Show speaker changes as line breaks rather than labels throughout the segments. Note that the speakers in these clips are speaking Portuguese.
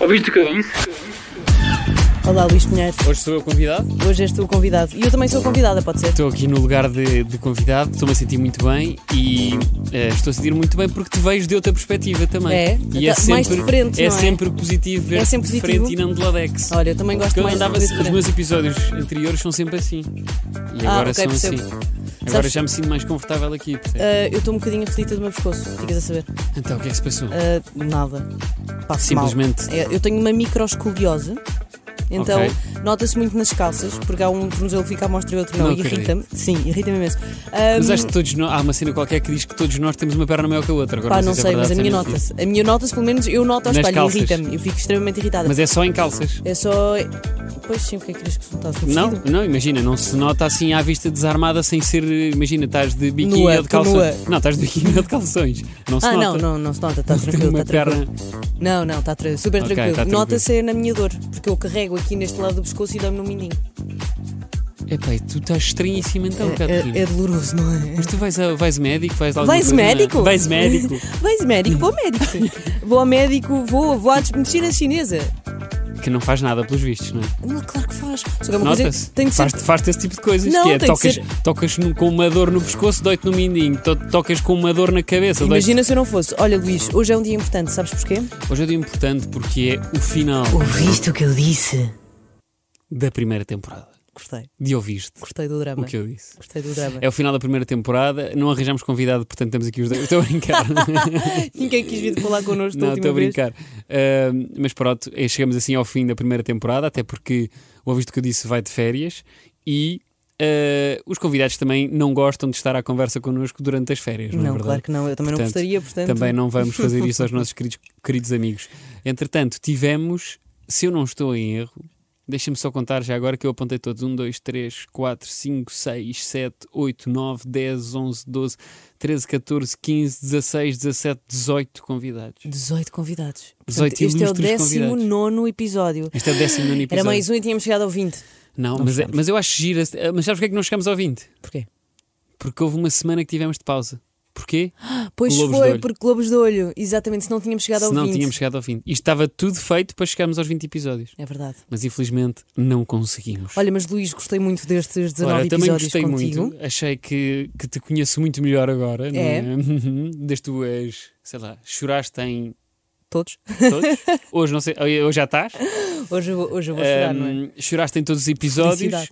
Ouviste o que eu disse?
Olá, Luís Pinheiro.
Hoje sou eu convidado.
Hoje és tu o convidado. E eu também sou convidada, pode ser?
Estou aqui no lugar de, de convidado, estou-me a sentir muito bem e eh, estou a sentir muito bem porque te vejo de outra perspectiva também.
É?
e é
Tá- mais
sempre,
diferente,
é,
não é?
sempre positivo ver
É sempre positivo.
diferente e não de Ladex.
Olha, eu também gosto
Porque eu
mais
andava
de
os meus episódios anteriores são sempre assim. E
Ah,
agora
ok,
são
percebo.
assim. Agora
Sabes-
já me sinto mais confortável aqui. percebes?
Ah, eu estou um bocadinho aflita do meu pescoço, ficas a saber.
Então, o que é que se passou?
Ah, nada. Passo
Simplesmente.
mal. É, eu tenho uma microescoliose. Então,
Ok.
nota-se muito nas calças, porque há um tornozelo que fica à mostra e outro não,
Não
e irrita-me. Sim, irrita-me imenso. Ah,
Mas acho que todos nós, há uma cena qualquer que diz que todos nós temos uma perna maior que a outra. Agora
pá,
não
não
sei, se é
sei, mas a minha
verdade, se é mentira.
nota-se. A minha nota-se, pelo menos, eu noto ao
Nas
espelho e
calças.
irrita-me. Eu fico extremamente irritada.
Mas é só em calças.
É só. Pois sim, o que é que querias que se notasse? No
Não,
vestido?
não, imagina, não se nota assim à vista desarmada sem ser. Imagina, estás de biquíni
Nua,
ou de
tu nua.
calções. Não, estás de biquíni ou de calções. Não se
Ah,
nota.
não, não, não se nota, está
Tem
tranquilo,
uma
está tranquilo.
perna.
Não, não, está tra- super
Ok,
tranquilo.
tá tranquilo.
Nota-se é na minha dor, porque eu carrego aqui neste lado do pescoço e dá-me no mindinho.
Epá, e tu estás estranhíssimo então, Catarina.
É, é doloroso, não é?
Mas tu vais, a, vais médico, vais a alguma
Vais
coisa, não é?
médico?
Vais médico.
Vais médico? Vou ao médico. vou ao médico, vou, vou à medicina chinesa.
que não faz nada pelos vistos, não é?
Não, claro que faz. Só que é uma coisa.
Nota-se.
Tem de ser.
Faz-te faz-te esse tipo de coisas.
Não,
que é,
tem de
tocas,
ser-
tocas num- com uma dor no pescoço, dói-te no mindinho. To- tocas com uma dor na cabeça. dói-te-
Imagina se eu não fosse. Olha, Luís, hoje é um dia importante, sabes porquê?
Hoje é dia importante porque é o final
Ouviste o que eu disse?
da primeira temporada.
Gostei,
De ouviste
gostei do drama.
o que eu disse.
Gostei do drama.
É o final da primeira temporada, não arranjamos convidado, portanto temos aqui os dois. Estou a brincar.
Ninguém quis vir falar connosco da
não,
última
estou
vez.
a brincar. Ahm, mas pronto, eh, chegamos assim ao fim da primeira temporada, até porque ouviste o que eu disse, vai de férias e. ah, os convidados também não gostam de estar à conversa connosco durante as férias, não, é
Não,
verdade?
claro que não, eu também não
Portanto,
gostaria, portanto.
Também não vamos fazer isso aos nossos queridos, queridos amigos. Entretanto, tivemos, se eu não estou em erro, deixa-me só contar já agora que eu apontei todos: 1, 2, 3, 4, 5, 6, 7, 8, 9, 10, 11, 12, 13, 14, 15, 16, 17, 18 convidados.
18 convidados.
18
Portanto, este é o
ilustres
19 episódio.
Este é o décimo nono
Era
episódio.
mais um e tínhamos chegado ao 20.
Não,
Não
mas, é-
chegamos.
mas eu acho gira. Mas sabes porque é que não chegamos ao 20?
Porquê?
Porque houve uma semana que tivemos de pausa. Porquê?
Pois
Ah, Globos de
foi,
olho.
porque Globos de Olho. Exatamente, se não tínhamos chegado
Se
ao
não
20.
tínhamos chegado ao 20. E estava tudo feito para chegarmos aos 20 episódios.
É verdade.
Mas infelizmente não conseguimos.
Olha, mas Luís, gostei muito destes 19
Ora, também
episódios
gostei
contigo.
muito. Achei que, que te conheço muito melhor agora. não Uhum.
É.
Desde tu és, sei lá, choraste em
Todos.
todos. hoje, não sei, hoje já estás.
Hoje eu vou, hoje eu vou chorar, não é?
Ahm, Choraste em todos os episódios.
Felicidade.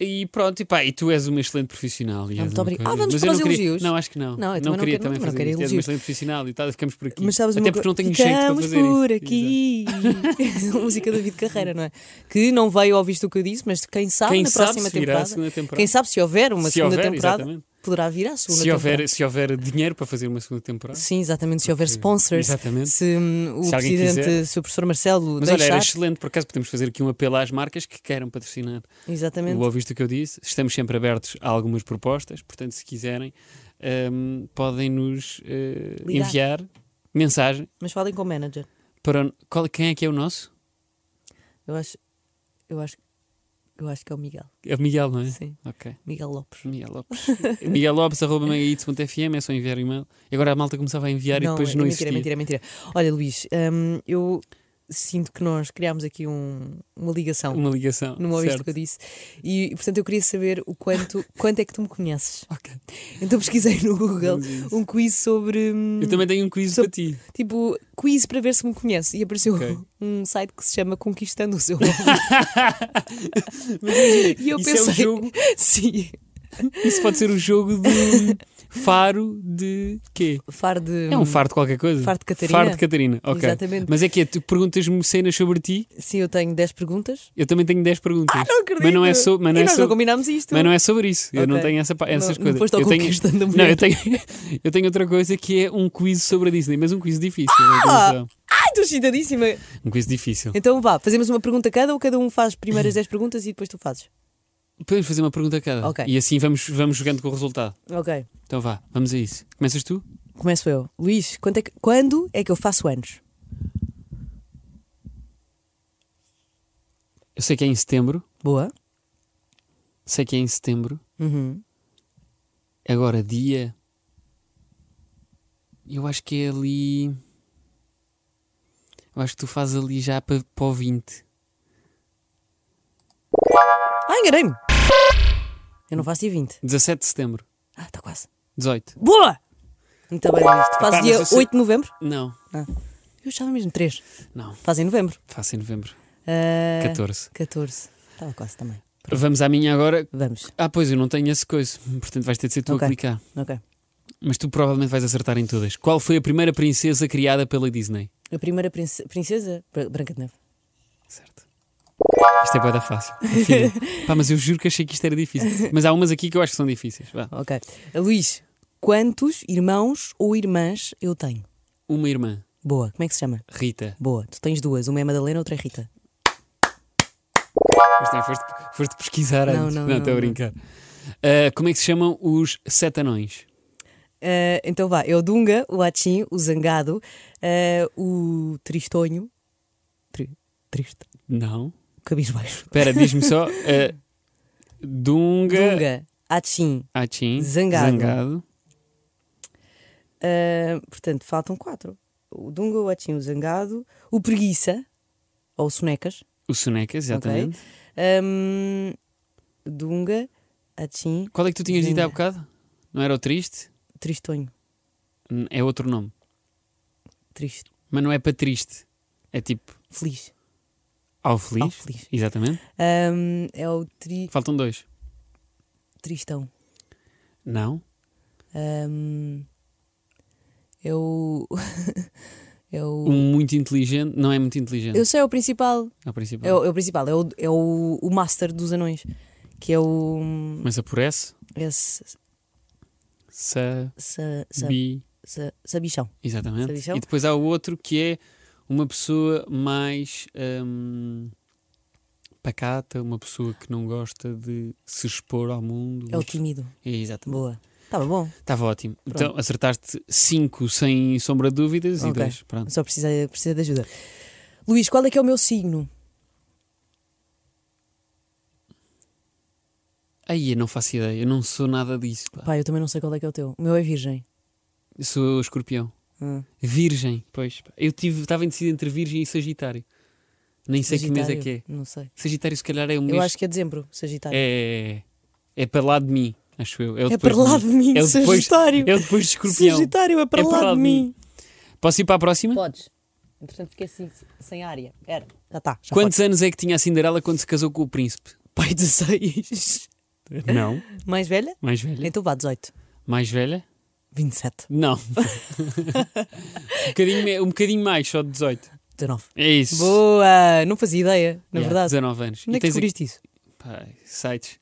E pronto, e pá, e tu és uma excelente profissional. e
Ah,
és
muito
uma
obrigada. Ah,
coisa-
vamos
Mas
para
eu
os
não queria-
elogios?
Não, acho que não.
Não, eu também não
queria
quero-
também
não, não
fazer
quero
isto. És uma
elogios.
excelente profissional e tal, ficamos por aqui.
Mas sabes
Até
uma
porque
coisa?
não tenho jeito para
Ficamos
fazer isto.
por
Exato.
aqui. A Música da David Carreira, não é? Que não veio ao visto o que eu disse, mas quem sabe
Quem
na
sabe
próxima
se virá a
temporada.
segunda temporada.
Quem sabe se houver uma
Se
segunda
houver,
temporada,
exatamente.
poderá vir à segunda
se
temporada.
houver, se houver dinheiro para fazer uma segunda temporada.
Sim, exatamente, se houver sponsors,
Exatamente.
se hum, o
Se alguém
presidente,
quiser.
se o professor Marcelo
Mas olha,
deixar,
era excelente, por acaso podemos fazer aqui um apelo às marcas que queiram patrocinar.
exatamente.
O ouviste o que eu disse? Estamos sempre abertos a algumas propostas, portanto, se quiserem, ahm, podem nos eh,
Ligar.
enviar mensagem
Mas falem com o manager.
para o- qual, quem é que é o nosso?
Eu acho, eu acho, eu acho que é o Miguel.
É o Miguel, não é?
Sim,
Ok.
Miguel Lopes.
Miguel Lopes. Miguel Lopes, arroba megaits.fm, é só enviar e-mail. E agora a malta começava a enviar e depois
é
não
mentira, mentira,
existia.
mentira. Olha, Luís, hum, eu sinto que nós criámos aqui um- uma ligação.
Uma ligação.
Não ouviste o
certo.
que eu disse? E portanto eu queria saber o quanto, quanto é que tu me conheces.
Ok.
Então pesquisei no Google
Vamos a isso.
um quiz sobre. hum,
Eu também tenho um quiz
Sou-
para ti.
Tipo, quiz para ver se me conhece. E apareceu
Ok.
um site que se chama Conquistando o Seu Amor. e eu
Isso é o
pensei.
jogo.
Sim.
Isso pode ser o jogo do faro de quê?
Far de.
É um faro de qualquer coisa?
Faro Hum. de Catarina.
Faro de Catarina, ok.
Exatamente.
Mas é que é, tu perguntas-me cenas sobre ti,
Sim, eu tenho 10 perguntas. Ah,
eu também tenho 10 perguntas.
Não acredito.
Mas não é, so, mas não
e
é,
nós
so-
não combinámos isto.
mas não é sobre isso. Eu não
Ok.
tenho essa, pa- essas
não
coisas.
foste ao
eu tenho,
Conquistando a
não, eu
Mulher.
tenho, eu tenho outra coisa que é um quiz sobre a Disney, mas um quiz difícil.
Ah!
atenção.
Ai, estou excitadíssima.
Um quiz difícil.
Então vá, fazemos uma pergunta cada ou cada um faz as primeiras 10 perguntas e depois tu fazes.
Podemos fazer uma pergunta cada.
Ok.
E assim vamos, vamos jogando com o resultado.
Ok.
Então vá, vamos a isso. Começas tu?
Começo eu. Luís, quando é que, quando é que eu faço anos?
Eu sei que é em setembro.
Boa.
Sei que é em setembro.
Uhum.
Agora, dia. Eu acho que é ali. Eu acho que tu fazes ali já para, para o 20.
Ah, enganei-me! Eu não faço dia 20.
17 de setembro.
Ah, está quase.
18.
Boa! Muito bem visto.
Epá,
Faz
mas
dia
eu sei-
8 de novembro? Ah.
Não,
Eu achava mesmo 3.
não.
Faz em novembro.
Faço em novembro.
Ah,
14.
14. Estava Tá, quase também.
Vamos à minha agora.
Vamos.
Ah, pois, eu não tenho esse coisa. Portanto, vais ter de ser tu
Ok.
a clicar.
Ok.
Mas tu provavelmente vais acertar em todas. Qual foi a primeira princesa criada pela Disney?
A primeira prince- princesa, Bra- Branca de Neve.
Certo. Isto é boa fácil. Filha. Pá, mas eu juro que achei que isto era difícil. Mas há umas aqui que eu acho que são difíceis. Vá.
Ok. Luís, quantos irmãos ou irmãs eu tenho?
Uma irmã,
Boa. Como é que se chama?
Rita.
Boa. Tu tens duas. Uma é Madalena, outra é Rita.
Mas também foste, foste pesquisar
Não,
antes.
não,
Não,
não,
estou a
não.
brincar. Ah, como é que se chamam os sete anões?
Ah, então vá. É o Dunga, o Achim, o Zangado, ah, o Tristonho. Tri- Triste.
Não.
Cabisbaixo.
Espera, diz-me só. ah, Dunga.
Dunga, Achim.
Achim.
Zangado.
Zangado.
Ah, portanto, faltam quatro. O Dunga, o Achim, o Zangado, o Preguiça, ou o Sonecas.
O Soneca, exatamente.
Ok. Ahm, Dunga, Achim,
Qual é que tu tinhas dito há
Zanga.
bocado? Não era o triste?
Tristonho.
N- É outro nome.
Triste.
Mas não é para triste. É tipo
Feliz.
ao feliz.
Ao feliz.
Exatamente.
Ahm, é o tri,
Faltam dois.
Tristão.
Não.
Ahm, é o. é o.
Um muito inteligente. Não é muito inteligente.
Eu sei, é o principal.
É o principal.
É o, é o principal. É o, é o, o Master dos Anões. Que é o.
Mas apurece.
Esse.
Sa.
Sa, sa,
Bi.
sa, sabichão.
Exatamente.
Sabichão?
E depois há o outro que é uma pessoa mais hum, pacata, uma pessoa que não gosta de se expor ao mundo.
É o tímido.
É, Exatamente.
Boa. Estava bom.
Estava ótimo. Então acertaste 5 sem sombra de dúvidas e
Ok.
dois. Pronto.
Só precisa, precisa de ajuda. Luís, qual é que é o meu signo?
Aí eu não faço ideia, eu não sou nada disso. Pá.
Pá, eu também não sei qual é que é o teu. O meu é virgem.
Eu Sou escorpião.
Hum.
Virgem, pois. pá. Eu tive- estava indeciso entre virgem e sagitário. Nem sei que mês é
Sagitário?
que é.
Não sei.
Sagitário, se calhar, é o mês.
Eu acho que é dezembro, Sagitário.
É, é para lá de mim, acho eu. É, o
É
depois
para
de
lá
mim.
de mim,
É o depois-
Sagitário.
É o depois de escorpião.
Sagitário é para
É
lá de mim.
Posso ir para a próxima?
Podes. Entretanto, fiquei assim, sem área. Era. Já está. Já
Quantos anos é que tinha a Cinderela quando se casou com o príncipe?
pode. Pai 16.
Não.
Mais velha?
Mais velha?
Então vá, 18.
Mais velha?
27.
Não. um, bocadinho, me- um bocadinho mais, só de 18.
19.
É isso.
Boa! Não fazia ideia, na
Yeah,
verdade.
19 anos.
Onde é que
E tens aqui-
descobriste isso?
Pá, sites.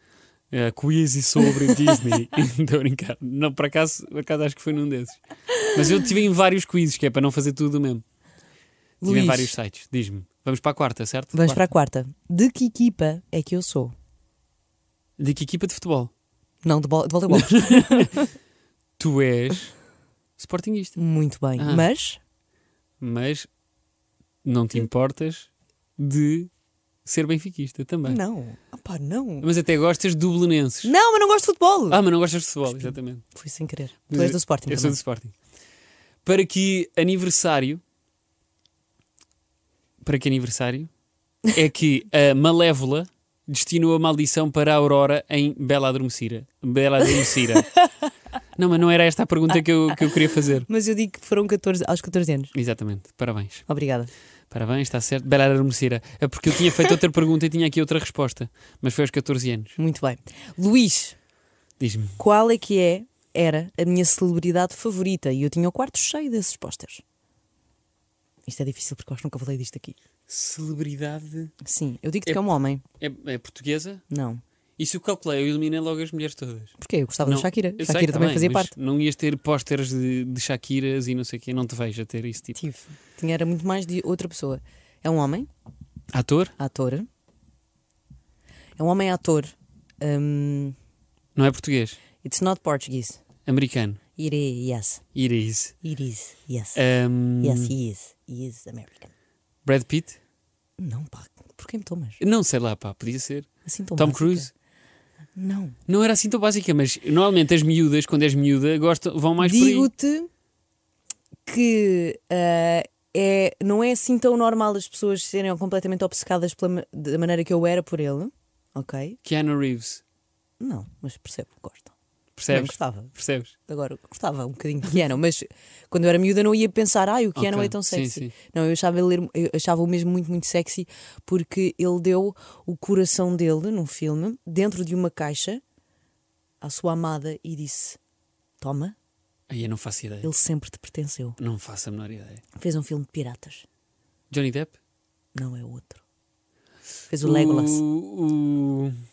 eh, quizzes sobre Disney. Estou a brincar. Não, por acaso, por acaso acho que foi num desses. Mas eu tive em vários quizzes, que é para não fazer tudo o mesmo. Tive em
Luís.
vários sites. Diz-me. Vamos para a quarta, certo?
Vamos para
Quarta.
a quarta. De que equipa é que eu sou?
De que equipa de futebol?
Não, de, bol- de voleibol.
Tu és sportinguista.
Muito bem.
Ah.
Mas
Mas não te importas de ser benfiquista também.
Não. Ah, pá, não.
Mas até gostas de belenenses.
Não, mas não gosto de futebol.
Ah, mas não gostas de futebol, exatamente.
Foi sem querer.
Mas
Tu és
eu-
do Sporting
Eu sou
também.
do Sporting. Para que aniversário. Para que aniversário? É que a Malévola destinou a maldição para a Aurora em Bela Adormecida. Bela Adormecida. não, mas não era esta a pergunta que eu, que eu queria fazer.
Mas eu digo que foram 14, aos 14 anos.
Exatamente, parabéns.
Obrigada.
Parabéns, está certo. Bela Adormecida. É porque eu tinha feito outra pergunta e tinha aqui outra resposta. Mas foi aos 14 anos.
Muito bem. Luís,
Diz-me.
qual é que é, era a minha celebridade favorita? E eu tinha o quarto cheio desses posters. Isto é difícil porque eu acho que nunca falei disto aqui.
Celebridade.
Sim, eu digo-te
É-
que é um homem.
É, é portuguesa?
Não.
Isso eu calculei, eu eliminei logo as mulheres todas.
Porquê? Eu gostava
Não,
da Shakira.
eu sei,
Shakira
tá
também
bem,
fazia
mas
parte.
Não ias ter pósteres de, de Shakiras e não sei o quê, não te vejo a ter esse tipo.
Tive. Tinha, era muito mais de outra pessoa. É um homem,
Ator?
ator. É um homem ator. Hum,
Não é português?
it's not Portuguese.
Americano?
It is, yes.
It is.
It is, yes.
Um,
Yes, he is. He is American.
Brad Pitt?
Não, pá, por quem me tomas?
Não sei lá, pá, podia ser.
Assim tão
Tom
básica.
Cruise?
Não.
Não era assim tão básica, mas normalmente as miúdas, quando és miúda, gostam, vão mais por aí.
Digo-te que ah, é, não é assim tão normal as pessoas serem completamente obcecadas pela, ma- da maneira que eu era por ele. Ok?
Keanu Reeves.
Não, mas percebo, gosto. Não
Percebes?
gostava.
Percebes?
Agora gostava um bocadinho de Keanu, mas quando eu era miúda não ia pensar, ai, o Keanu
Ok,
é tão
sim,
sexy.
sim.
Não, eu achava, ele, eu achava o mesmo muito, muito sexy porque ele deu o coração dele num filme dentro de uma caixa à sua amada e disse: Toma,
Aí eu não faço ideia.
ele sempre te pertenceu.
Não faço a menor ideia.
Fez um filme de piratas,
Johnny Depp?
não é outro. Fez o Legolas,
Uh. O. o...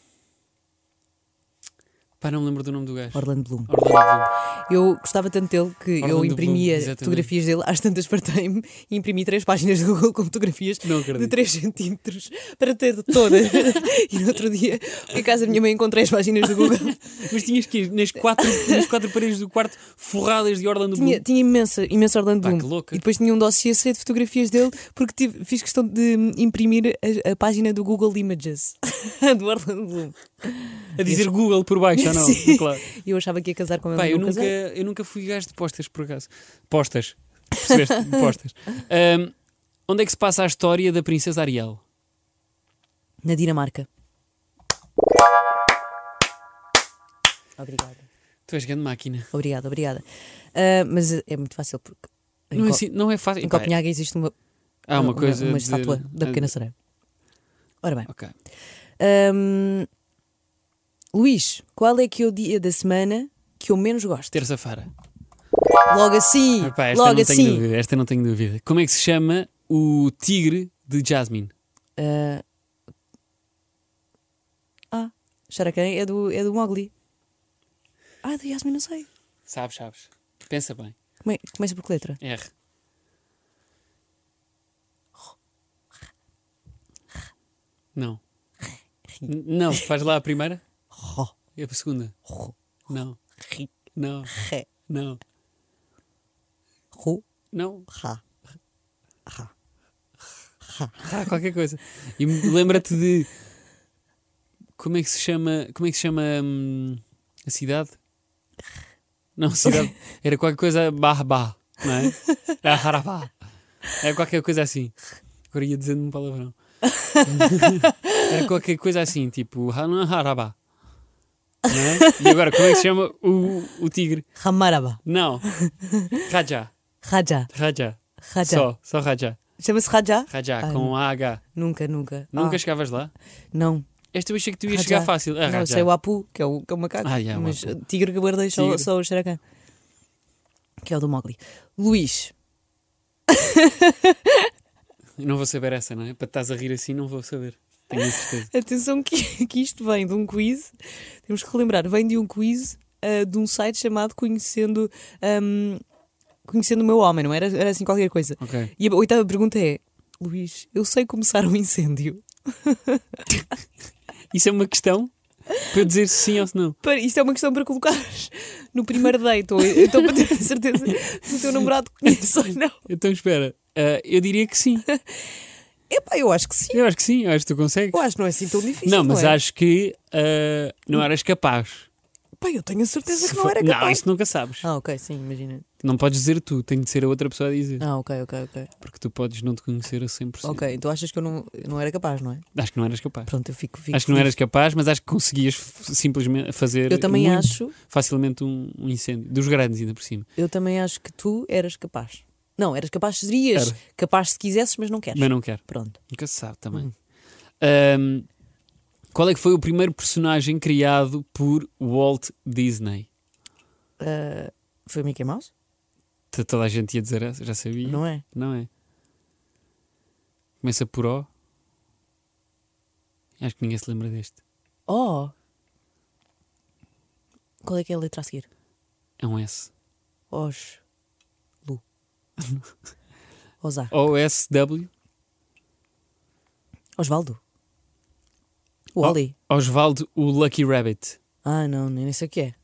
Pá, não me lembro do nome do gajo.
Orlando Bloom.
Orlando Bloom.
Eu gostava tanto dele que
Orlando
eu
Bloom,
imprimia
exatamente.
fotografias dele, às tantas partei-me e imprimi três páginas do Google com fotografias
Não
de
acredito.
3 centímetros para ter toda. e no outro dia, em casa da minha mãe, encontrei as páginas do Google.
Mas tinhas que ir nas quatro, nas quatro paredes do quarto forradas de Orlando
tinha,
Bloom.
tinha imensa, imensa Orlando
Hum. Pá,
Bloom.
que louca.
E depois tinha um dossiê cheio de fotografias dele, porque tive- fiz questão de hum, imprimir a, a página do Google Images do Orlando Bloom.
A dizer Google por baixo, ou não?
Sim.
Claro.
E eu achava que ia casar com ele.
Pá,
mas é.
eu
não
nunca,
casei.
eu nunca fui gajo de postas, por acaso. Postas. Percebeste? postas. Ahm, onde é que se passa a história da Princesa Ariel?
Na Dinamarca. Obrigada.
Tu és grande máquina.
Obrigada, obrigada. Ah, mas é muito fácil porque. Em,
Não é,
Co-
assim- não é fácil.
em
Pá,
Copenhague existe uma,
Há uma coisa.
uma
de- Ah,
estátua da Pequena Sereia. Ora bem.
Ok.
Hum, Luís, qual é que é o dia da semana que eu menos gosto?
Terça-feira.
Logo assim,
Epá, esta
logo
não tenho
assim.
dúvida, esta não tenho dúvida. Como é que se chama o tigre de Jasmine?
Ah, ah, Sharakan é do, é do Mowgli. Ah, do Yasmin, não sei.
Sabes, sabes. Pensa bem.
Como é- Começa por que letra.
R. Não. N- Não, faz lá a primeira.
Ró,
E a segunda.
ró,
Não,
ri,
não,
ré,
não,
ru,
não.
rá, rá.
Ah, qualquer coisa. E me- lembra-te de. Como é que se chama. Como é que se chama hum, a cidade? Não, a cidade. Era qualquer coisa barba, não é? Era harabá. Era qualquer coisa assim. Agora ia dizendo um palavrão. Era qualquer coisa assim, tipo Hanan harabá. Não é? E agora, como é que se chama o, o tigre?
Ramaraba,
Não. Raja.
Raja,
Raja.
Raja.
Só, só Raja.
Chama-se Raja?
Raja,
Ah,
com H.
Nunca, nunca.
Nunca
Ah,
chegavas lá?
Não.
Esta eu achei que tu ias
Rajá.
chegar fácil. Ah,
Não, eu
Rajá.
sei o Apu, que é o, que é o macaco.
Ah, yeah, o
mas
Apu.
Tigre que guardei só,
Tigre.
só o Xeracan. Que é o do Mogli. Luís,
Não vou saber essa, não é? Para estás a rir assim, não vou saber. Tenho a certeza.
atenção que, que isto vem de um quiz. Temos que relembrar, vem de um quiz ah, de um site chamado Conhecendo, ahm, Conhecendo o Meu Homem, não era, era assim qualquer coisa.
Ok.
E a oitava pergunta é: Luís, eu sei começar um incêndio.
Isso é uma questão para eu dizer se sim ou se não.
Para, isto é uma questão para colocares no primeiro date, ou então para ter a certeza se o teu namorado conhece ou não.
Então espera. Ah, eu diria que sim.
Epá, eu acho que sim.
Eu acho que sim, eu acho que tu consegues.
Eu acho que não é assim tão difícil.
Não, mas
é?
acho que ah, não eras capaz.
Pá, eu tenho a certeza
Se
que não
for-
era capaz.
isso nunca sabes.
Ah, ok, sim, imagina.
Não podes dizer tu, tem de ser a outra pessoa a dizer.
Ah, ok, ok, ok.
Porque tu podes não te conhecer a 100%.
Ok, então achas que eu não, eu não era capaz, não é?
Acho que não eras capaz.
Pronto, eu fico. fico
Acho que não
feliz.
eras capaz, mas acho que conseguias f- simplesmente fazer
Eu também
muito
acho,
facilmente um, um incêndio. Dos grandes, ainda por cima.
eu também acho que tu eras capaz. Não, eras capaz, serias
Era.
capaz se quisesses, mas não queres.
Mas não quero.
Pronto.
Nunca se sabe também.
Hum.
Ahm, qual é que foi o primeiro personagem criado por Walt Disney?
Ah, foi o Mickey Mouse?
T- Toda a gente ia dizer essa, já sabia?
Não é?
Não é? Começa por O. Acho que ninguém se lembra deste.
Oh! Qual é que é a letra a seguir?
É um S.
Os. Lu. Osar.
O-S-W.
Osvaldo. O
Oh.
Oli.
Osvaldo, o Lucky Rabbit.
Ah, não, nem sei o que é.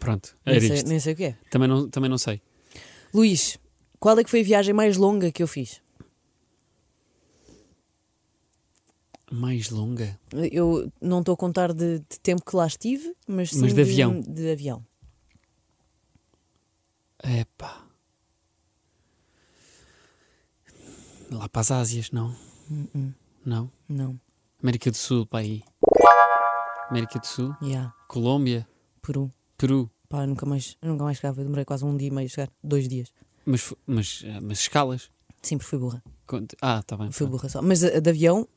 Pronto,
Nem
era
sei,
isto.
nem sei o que é.
Também não, também não sei.
Luís, qual é que foi a viagem mais longa que eu fiz?
Mais longa.
Eu não estou a contar de, de tempo que lá estive, mas sim
Mas de avião.
de avião.
Epá. Lá para as Ásias, não?
Hum,
Não.
Não.
América do Sul, para aí. América do Sul,
Yeah.
Colômbia,
Peru.
Peru.
um. Pá, eu nunca mais, eu nunca mais chegava. Eu demorei quase um dia e meio a chegar. Dois dias.
Mas, fo- mas, ah, mas escalas.
Sempre fui burra.
Quanto- Ah, está bem.
Fui
pronto.
burra só. Mas a, a de avião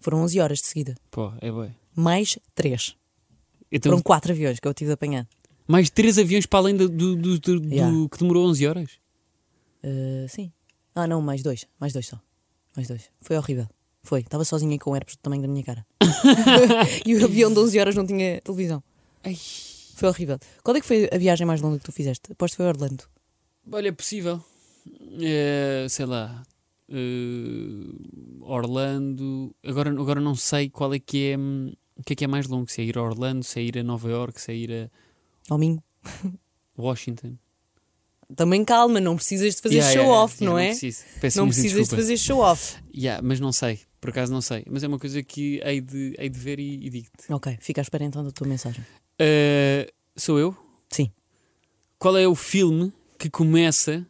foram 11 horas de seguida.
Pô, é bem.
Mais três.
Então,
Foram quatro aviões que eu tive de apanhar.
mais três aviões para além do, do- do- do-
Yeah.
que demorou 11 horas.
Ah, sim. Ah, não, mais dois. Mais dois só. Mais dois. Foi horrível. Foi. Estava sozinha com o herpes do tamanho da minha cara. e o avião de 11 horas não tinha televisão.
Ai.
Foi horrível. Qual é que foi a viagem mais longa que tu fizeste? Aposto que foi a Orlando.
Olha, é possível. É, sei lá. eh, Orlando. Agora, agora não sei qual é que é. hum, O que é que é mais longo? Se é ir a Orlando, se é ir a Nova York, se é ir a
Ao Minho.
Washington.
Também calma, não precisas de fazer
Yeah, yeah,
show-off,
yeah,
não é?
preciso. Peço
não
imensa
precisas
desculpa.
de fazer show-off.
Yeah, mas não sei, por acaso não sei. Mas é uma coisa que hei de, hei de ver e, e digo-te.
Ok, fica à espera então da tua mensagem.
Eh, sou eu?
Sim.
Qual é o filme que começa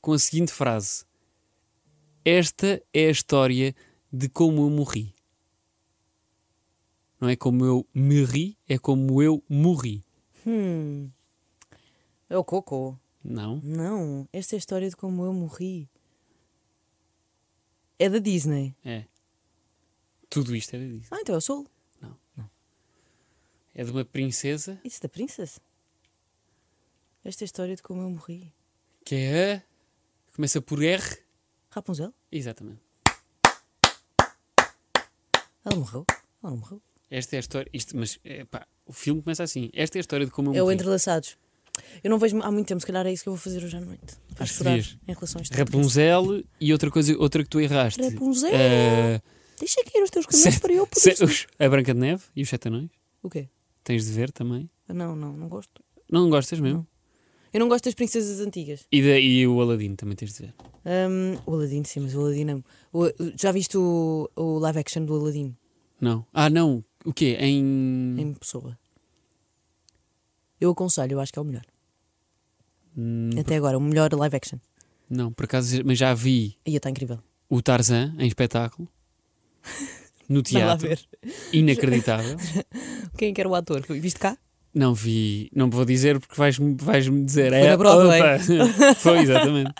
com a seguinte frase? Esta é a história de como eu morri. Não é como eu me ri, é como eu morri.
Hum. É o Coco.
Não?
Não, esta é a história de como eu morri. É da Disney.
É. Tudo isto é disso.
Ah, então é o Sol.
É de uma princesa
Isso da Princess. Esta é a história de como eu morri.
que é. a- Começa por R.
Rapunzel?
Exatamente.
Ela morreu? Ela não morreu?
Esta é a história. Isto, mas epá, o filme começa assim. Esta é a história de como eu
É o
morri.
Entrelaçados. Eu não vejo há muito tempo, se calhar é isso que eu vou fazer hoje à noite. Vais
Acho que
chorar
devias.
em relação a isto.
Rapunzel e outra coisa, outra que tu erraste.
Rapunzel!
Eh,
Deixa cair os teus caminhos
Sete-
para eu
se-
poder.
os- a Branca de Neve e os Sete Anões.
O quê?
Tens de ver também.
Não, não, não gosto.
Não gostas mesmo?
Eu não gosto das princesas antigas.
E, da- e o Aladdin também tens de ver.
Hum, o Aladdin, sim, mas o Aladdin amo. O- já viste o, o live action do Aladdin
Não. Ah, não. O quê? Em.
em pessoa? Eu aconselho, eu acho que é o melhor.
Hum,
Até agora, o melhor live action.
Não, por acaso, mas já vi
E está incrível.
o Tarzan em espetáculo. No
Vai lá
teatro.
ver.
Inacreditável.
Quem é que era o ator? Viste cá?
Não vi, não vou dizer porque vais-me vais dizer. é
Foi na Broadway."
opa. Foi, exatamente.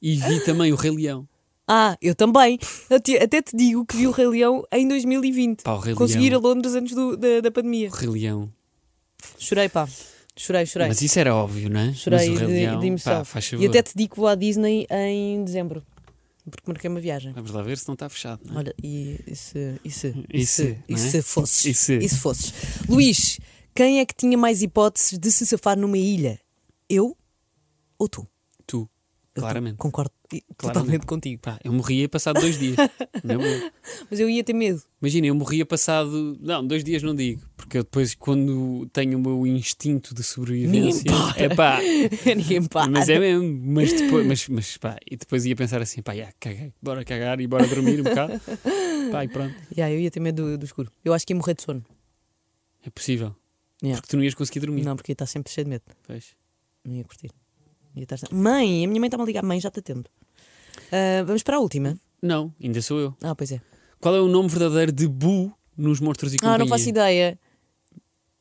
E vi também o Rei Leão.
Ah, eu também. Eu te- até te digo que vi o Rei Leão em 2020.
Pá, o Rei
Consegui ir a
Leão.
Londres antes do- da, da pandemia.
O Rei Leão.
Chorei, pá. Chorei, chorei.
Mas isso era óbvio, não é?
Chorei
Mas o Rei
de-
Leão,
de emoção.
pá, faz favor.
E até te digo que vou à Disney em dezembro. Porque marquei uma viagem.
Vamos lá ver se não está fechado. Não é?
Olha, e, e se. E se,
E se,
e
não é?
se fosses?
E se?
fosses? Luís, quem é que tinha mais hipóteses de se safar numa ilha? Eu ou tu?
Tu,
Eu
claramente.
Concordo e- totalmente
Claramente.
contigo.
Pá, eu morria passado dois dias. Não é bom.
Mas eu ia ter medo.
Imagina, eu morria passado. Não, dois dias não digo. Porque eu depois, quando tenho o meu instinto de
Ninguém
sobrevivência.
para.
É pá.
Ninguém para.
Mas é mesmo. Mas depois, mas, mas, pá, e depois ia pensar assim, pá, já, caguei, bora cagar e bora dormir um bocado. Pá, e pronto.
Yeah, eu ia ter medo do, do escuro. Eu acho que ia morrer de sono.
É possível.
Yeah.
Porque tu não ias conseguir dormir.
Não, porque ia estar sempre cheio de medo.
Pois.
Não ia curtir. Ia estar... sempre- Mãe, a minha mãe está-me a ligar. Mãe, já te atendo. Ah, vamos para a última.
Não, ainda sou eu.
Ah, pois é.
Qual é o nome verdadeiro de Bu nos Monstros e Companhia?
Ah, não faço ideia.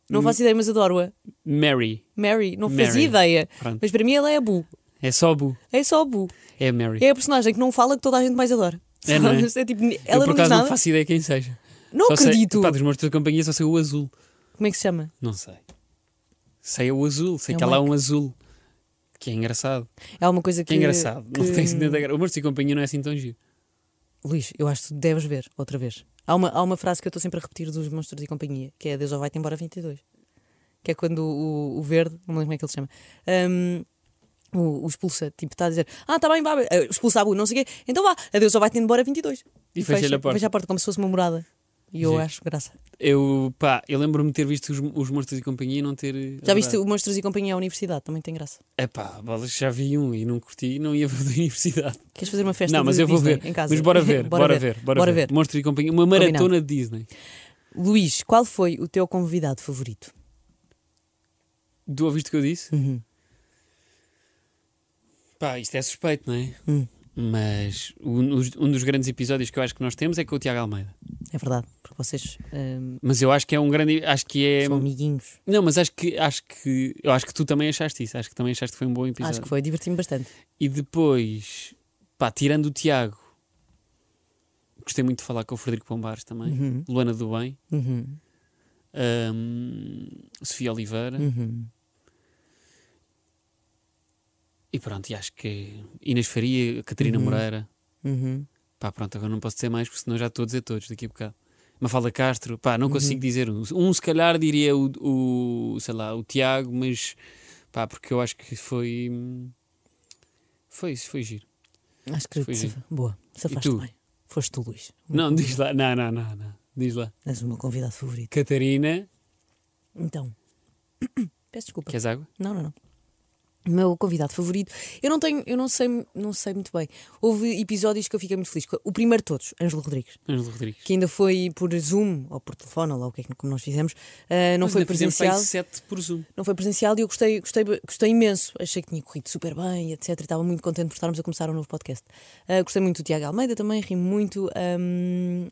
Não
Hum.
faço ideia, mas adoro-a.
Mary.
Mary, não
Mary.
fazia ideia.
Pronto.
Mas para mim ela é a Bu.
É só Bu.
É só a Bu.
É a Mary.
É a personagem que não fala que toda a gente mais adora.
É, não é?
Sabes? tipo,
eu
ela
por
não diz
acaso
nada.
não faço ideia quem seja.
Não
Só sei- tá-
acredito.
pá, dos Monstros e Companhia só sei o azul.
Como é que se chama?
Não sei. Sei é o azul. Sei
É
que
o
há lá um azul. Que é engraçado.
É uma coisa que.
Que é engraçado.
que-
Não tem sentido da graça. O Monstros e Companhia não é assim tão giro.
Luís, eu acho que tu deves ver outra vez. Há uma, há uma frase que eu estou sempre a repetir dos Monstros e Companhia, que é Deus já vai-te embora 22. Que é quando o, o verde, não me lembro como é que ele se chama, hum, o, o expulsa, tipo, está a dizer, ah, está bem, vá, vá, eh, expulsa a Bu, não sei o quê, então vá, Deus já vai-te embora 22.
E fecha-lhe a porta.
Fecha a porta como se fosse uma morada. E eu
Giro.
acho graça.
Eu, pá, eu lembro-me de ter visto os, os Monstros e Companhia e não ter. eh,
Já viste o Monstros e Companhia à universidade? Também tem graça.
É pá, bolas, já vi um e não curti e não ia ver da universidade.
Queres fazer uma festa
não, mas
de
eu vou
Disney
ver.
em casa?
Mas bora ver, bora, ver, bora, ver. Monstros e Companhia, uma maratona
Combinado.
de Disney.
Luís, qual foi o teu convidado favorito?
Tu ouviste o que eu disse?
Uhum.
Pá, isto é suspeito, não é?
Hum.
Mas um, os- um dos grandes episódios que eu acho que nós temos é com o Tiago Almeida.
É verdade, porque vocês hum,
Mas eu acho que é um grande. Acho que é.
são amiguinhos.
Não, mas acho que, acho que. Eu acho que tu também achaste isso. Acho que também achaste que foi um bom episódio.
Acho que foi, diverti-me bastante.
E depois, pá, tirando o Tiago, gostei muito de falar com o Frederico Pombares também.
Uhum,
Luana do Bem.
uhum,
hum, Sofia Oliveira.
uhum.
E pronto, e acho que Inês Faria, Catarina
Uhum.
Moreira.
Uhum.
Pá, pronto, agora não posso dizer mais porque senão já estou a dizer todos daqui a bocado. Mafalda Castro, pá, não consigo
Uhum.
dizer um. Um, se calhar, diria o, o sei lá, o Tiago, mas pá, porque eu acho que foi. hum, Foi isso, foi giro.
Acho que
Foi
se-
giro.
boa,
E
safaste
tu?
bem. Foste tu, Luís.
Não, diz lá, não, não, não, não. Diz lá.
És o meu convidado favorito.
Catarina,
Então, peço desculpa.
queres água?
Não, não, não. O meu convidado favorito. Eu não tenho, eu não sei, não sei muito bem. Houve episódios que eu fiquei muito feliz. O primeiro de todos, Ângelo Rodrigues,
Ângelo Rodrigues.
que ainda foi por Zoom ou por telefone, ou lá o que é que como nós fizemos. Ah, não
Mas
foi
ainda fizemos para aí
presencial.
sete por um. Zoom.
Não foi presencial e eu gostei, gostei, gostei imenso. Achei que tinha corrido super bem, etc. Estava muito contente por estarmos a começar um novo podcast. Ah, gostei muito do Tiago Almeida também, ri muito. ahm,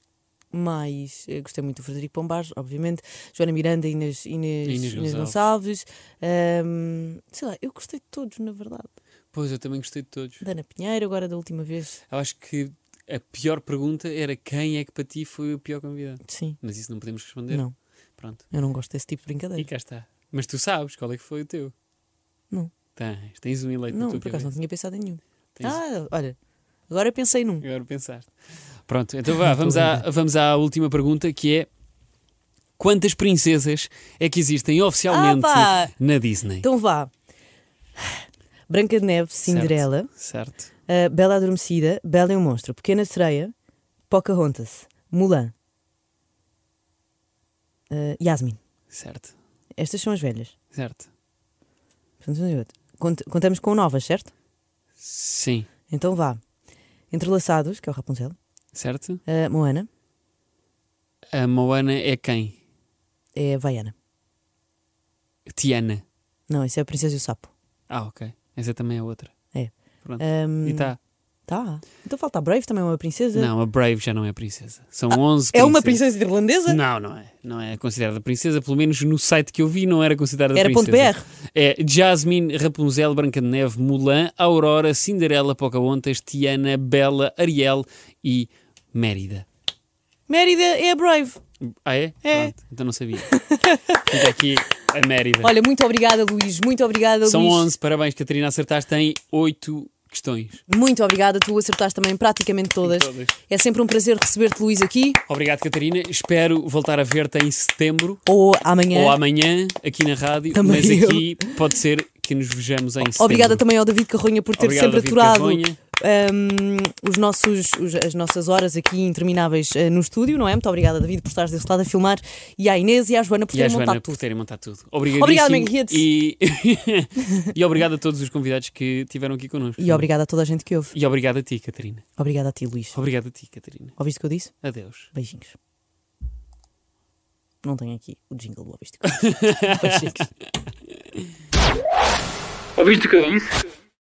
mais eh, gostei muito do Frederico Pombares, obviamente. Joana Miranda, Inês, Inês,
Inês
Inês,
Gonçalves.
Gonçalves. ahm, sei lá, eu gostei de todos, na verdade.
Pois, eu também gostei de todos.
Da Ana Pinheiro, agora da última vez.
Eu acho que a pior pergunta era quem é que para ti foi o pior convidado.
Sim,
Mas isso não podemos responder.
não.
Pronto.
Eu não gosto desse tipo de
E
brincadeira.
cá está. Mas tu sabes qual é que foi o teu?
Não.
Tens, tens um eleito na
Não,
tua
por acaso não
cabeça.
tinha pensado em nenhum.
Tens-
Ah, olha, agora eu pensei num.
Agora pensaste. Pronto, então vá, vamos, à, vamos à última pergunta que é quantas princesas é que existem oficialmente
Ah, pá!
na Disney?
Então vá. Branca de Neve, Cinderela,
Certo.
uh, Bela Adormecida, Bela e o Monstro, Pequena Sereia, Pocahontas, Mulan, uh, Yasmin.
Certo.
Estas são as velhas.
Certo.
Portanto, um e outro. Cont- contamos com novas, certo?
Sim.
Então vá. Entrelaçados, que é o Rapunzel,
Certo?
uh, Moana,
A Moana é quem?
é a Vaiana.
Tiana.
Não, isso é a Princesa e o Sapo.
Ah, ok. Essa também é outra.
É.
Pronto.
Um,
E tá.
Tá. Então falta a Brave, também é uma princesa.
Não, a Brave já não é princesa. São 11
É uma
princesas.
princesa irlandesa?
Não, não é. Não é considerada princesa. Pelo menos no site que eu vi não era considerada
Era ponto
princesa.
.br.
É Jasmine, Rapunzel, Branca de Neve, Mulan, Aurora, Cinderela, Pocahontas, Tiana, Bela, Ariel e Mérida.
Mérida é a Brave.
Ah, é?
É.
Pronto, então não sabia. Fica aqui a Mérida.
Olha, muito obrigada, Luís. Muito obrigada,
É. São
Luís.
11. Parabéns, Catarina. Acertaste em 8 questões.
Muito obrigada, tu acertaste também praticamente todas.
Todas.
É sempre um prazer receber-te, Luís, aqui
Obrigado, Catarina. Espero voltar a ver-te em setembro
ou amanhã.
ou amanhã aqui na rádio.
É. Também
mas
eu.
aqui pode ser que nos vejamos em setembro.
obrigada também ao David Carronha por ter
Obrigado,
sempre
David
aturado
Carronha.
hum, os nossos, os- as nossas horas aqui intermináveis eh, no estúdio, não é? Muito obrigada, David, por estares desse lado a filmar e à Inês e à Joana por
E à
terem
Joana
montado
por
tudo.
terem montado tudo.
Obrigada,
Obrigadíssimo.
Manguetes.
E... e obrigado a todos os convidados que tiveram aqui connosco.
E obrigada a toda a gente que ouve.
E obrigado a ti, Catarina.
Obrigada a ti, Luís.
Obrigado a ti, Catarina.
Ouviste o que eu disse?
Adeus.
Beijinhos. Não tenho aqui o jingle do Ouviste o que eu disse. Beijinhos.
Ouviste o que eu disse?